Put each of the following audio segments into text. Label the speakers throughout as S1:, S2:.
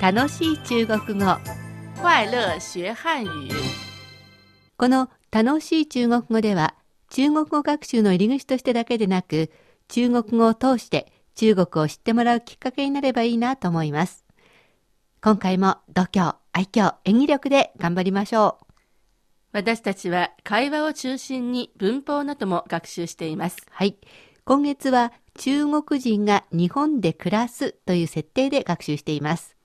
S1: 楽しい中国語
S2: 快乐学汉语。
S1: この楽しい中国語では中国語学習の入り口としてだけでなく中国語を通して中国を知ってもらうきっかけになればいいなと思います今回も度胸愛嬌演技力で頑張りましょう
S2: 私たちは会話を中心に文法なども学習しています。
S1: はい今月は中国人が日本で暮らすという設定で学習しています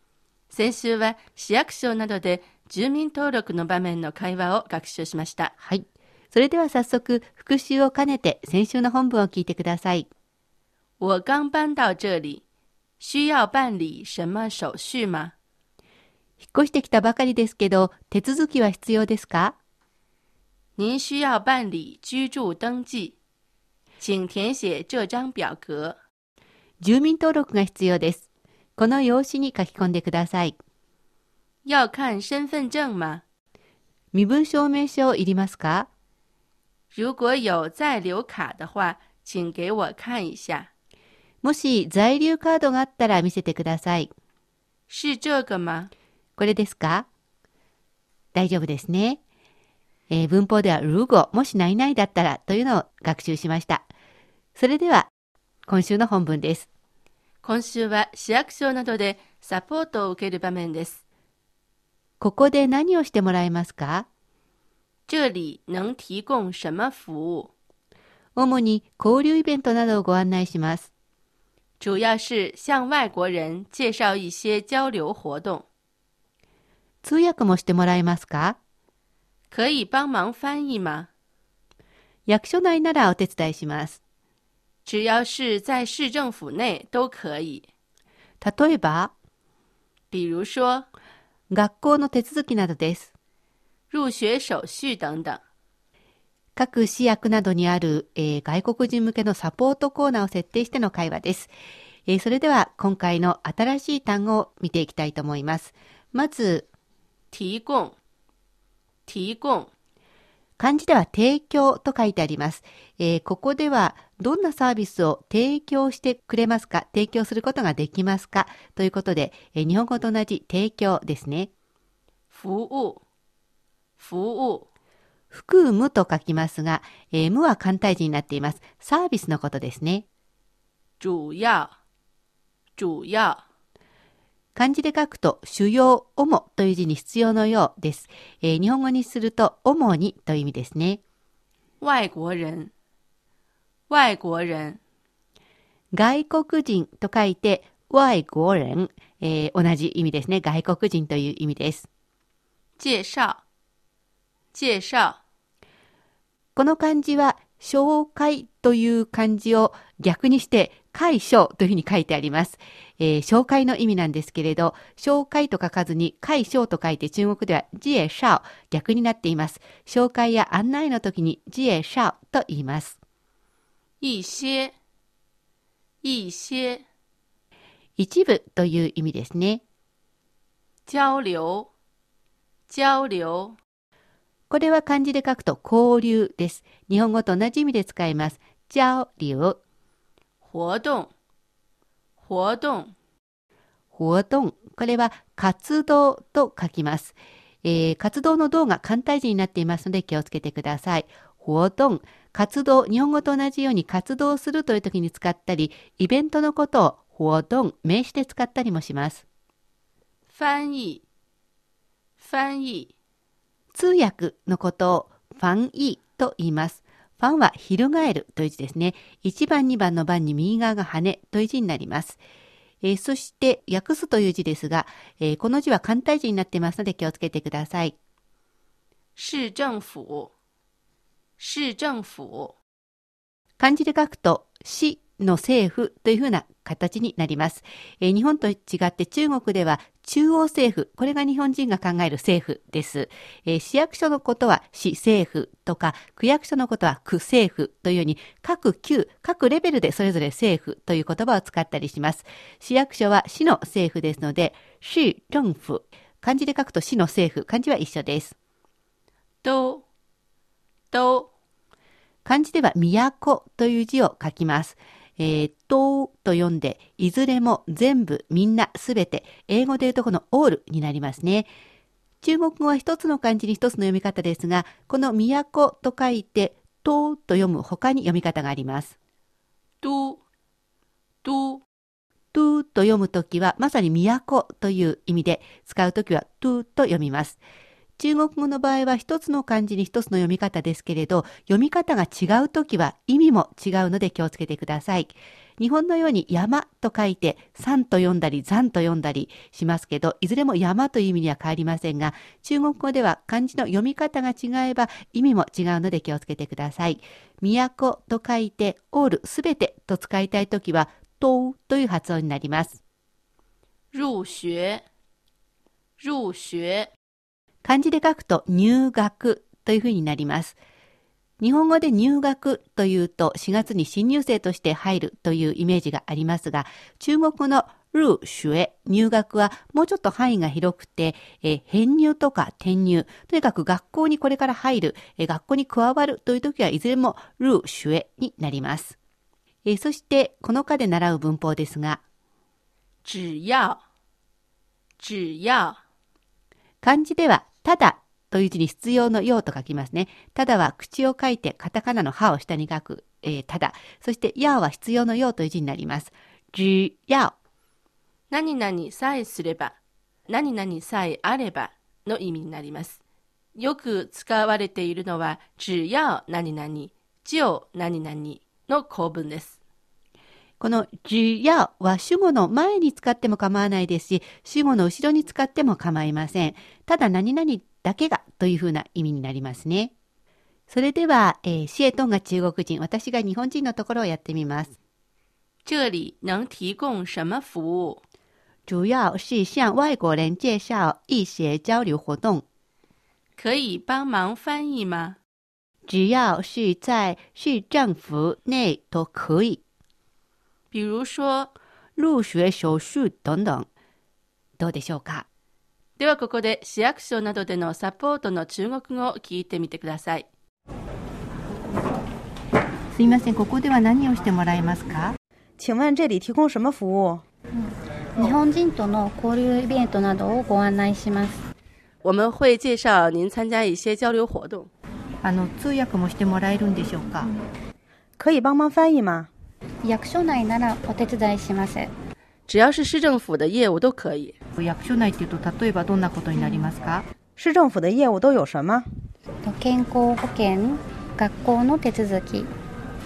S2: 先週は市役所などで住民登録の場面の会話を学習しました。
S1: はいそれでは早速復習を兼ねて先週の本文を聞いてください
S2: 我刚搬到这里，需要办理什么手续吗？
S1: 引っ越してきたばかりですけど手続きは必要ですか
S2: 您需要办理居住登记，请填写这张表格。
S1: 住民登録が必要です。この用紙に書き込んでください。
S2: 要看身份证吗？
S1: 身分証明書いりますか
S2: 如果有在留卡的话，请给我看一下，
S1: もし在留カードがあったら見せてください。
S2: 是这个吗？
S1: これですか大丈夫ですね。えー文法では如果もし何々だったらというのを学習しました。それでは今週の本文です。
S2: 今週は市役所などでサポートを受ける場面です。
S1: ここで何をしてもらえますか
S2: 这里能提供什么服务？
S1: 主に交流イベントなどをご案内します。
S2: 主要是向外国人介绍一些交流活动，
S1: 通訳もしてもらえますか
S2: 可以帮忙翻译吗？
S1: 役所内ならお手伝いします。
S2: 只要是在市政府内都可以。
S1: 例えば
S2: 比如说
S1: 学校の手続きなどです
S2: 入学手续等等。
S1: 各市役などにある、えー外国人向けのサポートコーナーを設定しての会話です、えーそれでは今回の新しい単語を見ていきたいと思いますまず
S2: 提供，提供
S1: 漢字では提供と書いてあります、えーここではどんなサービスを提供してくれますか提供することができますかということで、えー日本語と同じ提供ですね
S2: 服务，服务
S1: 含むと書きますが、えー、むは簡体字になっています。サービスのことですね。
S2: 主要，主要
S1: 漢字で書くと、主要、主という字に必要のようです。えー日本語にすると、主にという意味ですね。
S2: 外国人，外国人
S1: 外国人と書いて、外国人、えー同じ意味ですね。外国人という意味です。
S2: 介绍，介绍
S1: この漢字は、紹介という漢字を逆にして、解消というふうに書いてあります。えー紹介の意味なんですけれど、紹介と書かずに解消と書いて中国では自衛者を逆になっています。紹介や案内の時に自衛者と言います。
S2: 一些，一些
S1: 一部という意味ですね。
S2: 交流，交流
S1: これは漢字で書くと交流です。日本語と同じ意味で使います。交流、
S2: 活动，活动
S1: 活動。これは活動と書きます。えー活動の動が簡体字になっていますので気をつけてください。活動、活動、日本語と同じように活動するという時に使ったり、イベントのことを活動、名詞で使ったりもします。
S2: 翻译，翻译。
S1: 通訳のことをファンイと言います。ファンは翻るという字ですね。1番、2番の番に右側が羽という字になります。えーそして、訳すという字ですが、えーこの字は簡体字になっていますので気をつけてください。
S2: 市政府，市政府
S1: 漢字で書くと、市の政府というふうな形になります。えー日本と違って中国では中央政府、これが日本人が考える政府です。えー市役所のことは市政府とか、区役所のことは区政府というように、各級、各レベルでそれぞれ政府という言葉を使ったりします。市役所は市の政府ですので、市政府。漢字で書くと市の政府、漢字は一緒です。
S2: 都，都
S1: 漢字では都という字を書きます。えー、とうと読んで、いずれも全部、みんな、すべて、英語でいうとこのオールになりますね。中国語は一つの漢字に一つの読み方ですが、この都と書いて、とうと読む他に読み方があります。
S2: 都都
S1: トゥと読むときはまさに都という意味で使うときはトゥと読みます。中国語の場合は一つの漢字に一つの読み方ですけれど、読み方が違うときは意味も違うので気をつけてください。日本のように山と書いて山と読んだり山と読んだりしますけど、いずれも山という意味には変わりませんが、中国語では漢字の読み方が違えば意味も違うので気をつけてください。都と書いてオールすべてと使いたいときはとうという発音になります。
S2: 入学入学
S1: 漢字で書くと入学というふうになります。日本語で入学というと4月に新入生として入るというイメージがありますが、中国語の入学、入学はもうちょっと範囲が広くて、えー編入とか転入、とにかく学校にこれから入る、えー学校に加わるという時はいずれも入学になります。えーそして、この課で習う文法ですが、
S2: 只要只要
S1: 漢字では、ただという字に必要の用と書きますね。ただは口を書いて、カタカナの歯を下に書く、えーただ。そして、やは必要の用という字になります。じや
S2: 何々さえすれば何々さえあればの意味になりますよく使われているのは只要何々只有何々の構文です
S1: このじやは主語の前に使っても構わないですし、主語の後ろに使っても構いません。ただ何々だけがというふうな意味になりますね。それでは、えーシエトンが中国人、私が日本人のところをやってみます。
S2: 这里能提供什么服务？
S1: 主要是向外国人介绍一些交流活动。
S2: 可以帮忙翻译吗？
S1: 只要是在市政府内都可以
S2: 比如说，
S1: 入学手续等等。どうでしょうか
S2: ではここで市役所などでのサポートの中国語を聞いてみてください。
S1: すいません、ここでは何をしてもらえますか
S3: 请问这里提供什么服务？
S4: 日本人との交流イベントなどをご案内します。
S2: 我们会介绍您参加一些交流活动。
S1: あの、通訳もしてもらえるんでしょうか
S3: 可以帮忙翻译吗？
S4: 役所内ならお手伝いします。
S2: 只要是市政府的业务都可以。
S1: 役所内っていうと、例えばどんなことになりますか
S3: 市政府的业务都有什么？
S4: と健康保険、学校の手続き、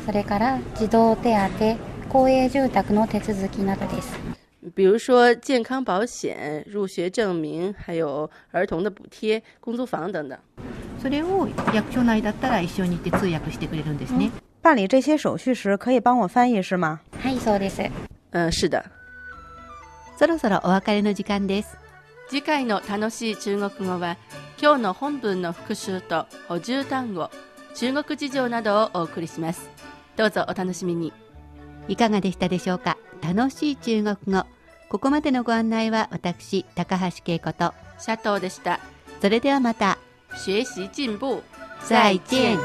S4: それから児童手当、公営住宅の手続きなどです。
S2: 比如说健康保险、入学证明，还有儿童的补贴、公租房等等。
S1: それを役所内だったら一緒に行って通訳してくれるんですね。
S3: 办理这些手续时可以帮我翻译是吗？
S4: はい、そうです。
S2: 嗯，是的。
S1: そろそろお別れの時間です。
S2: 次回の楽しい中国語は今日の本文の復習と補充単語中国事情などをお送りしますどうぞお楽しみに
S1: いかがでしたでしょうか楽しい中国語。ここまでのご案内は私、高橋恵子と、
S2: シャトーでした
S1: それではまた、
S2: 学習進步
S1: 再见。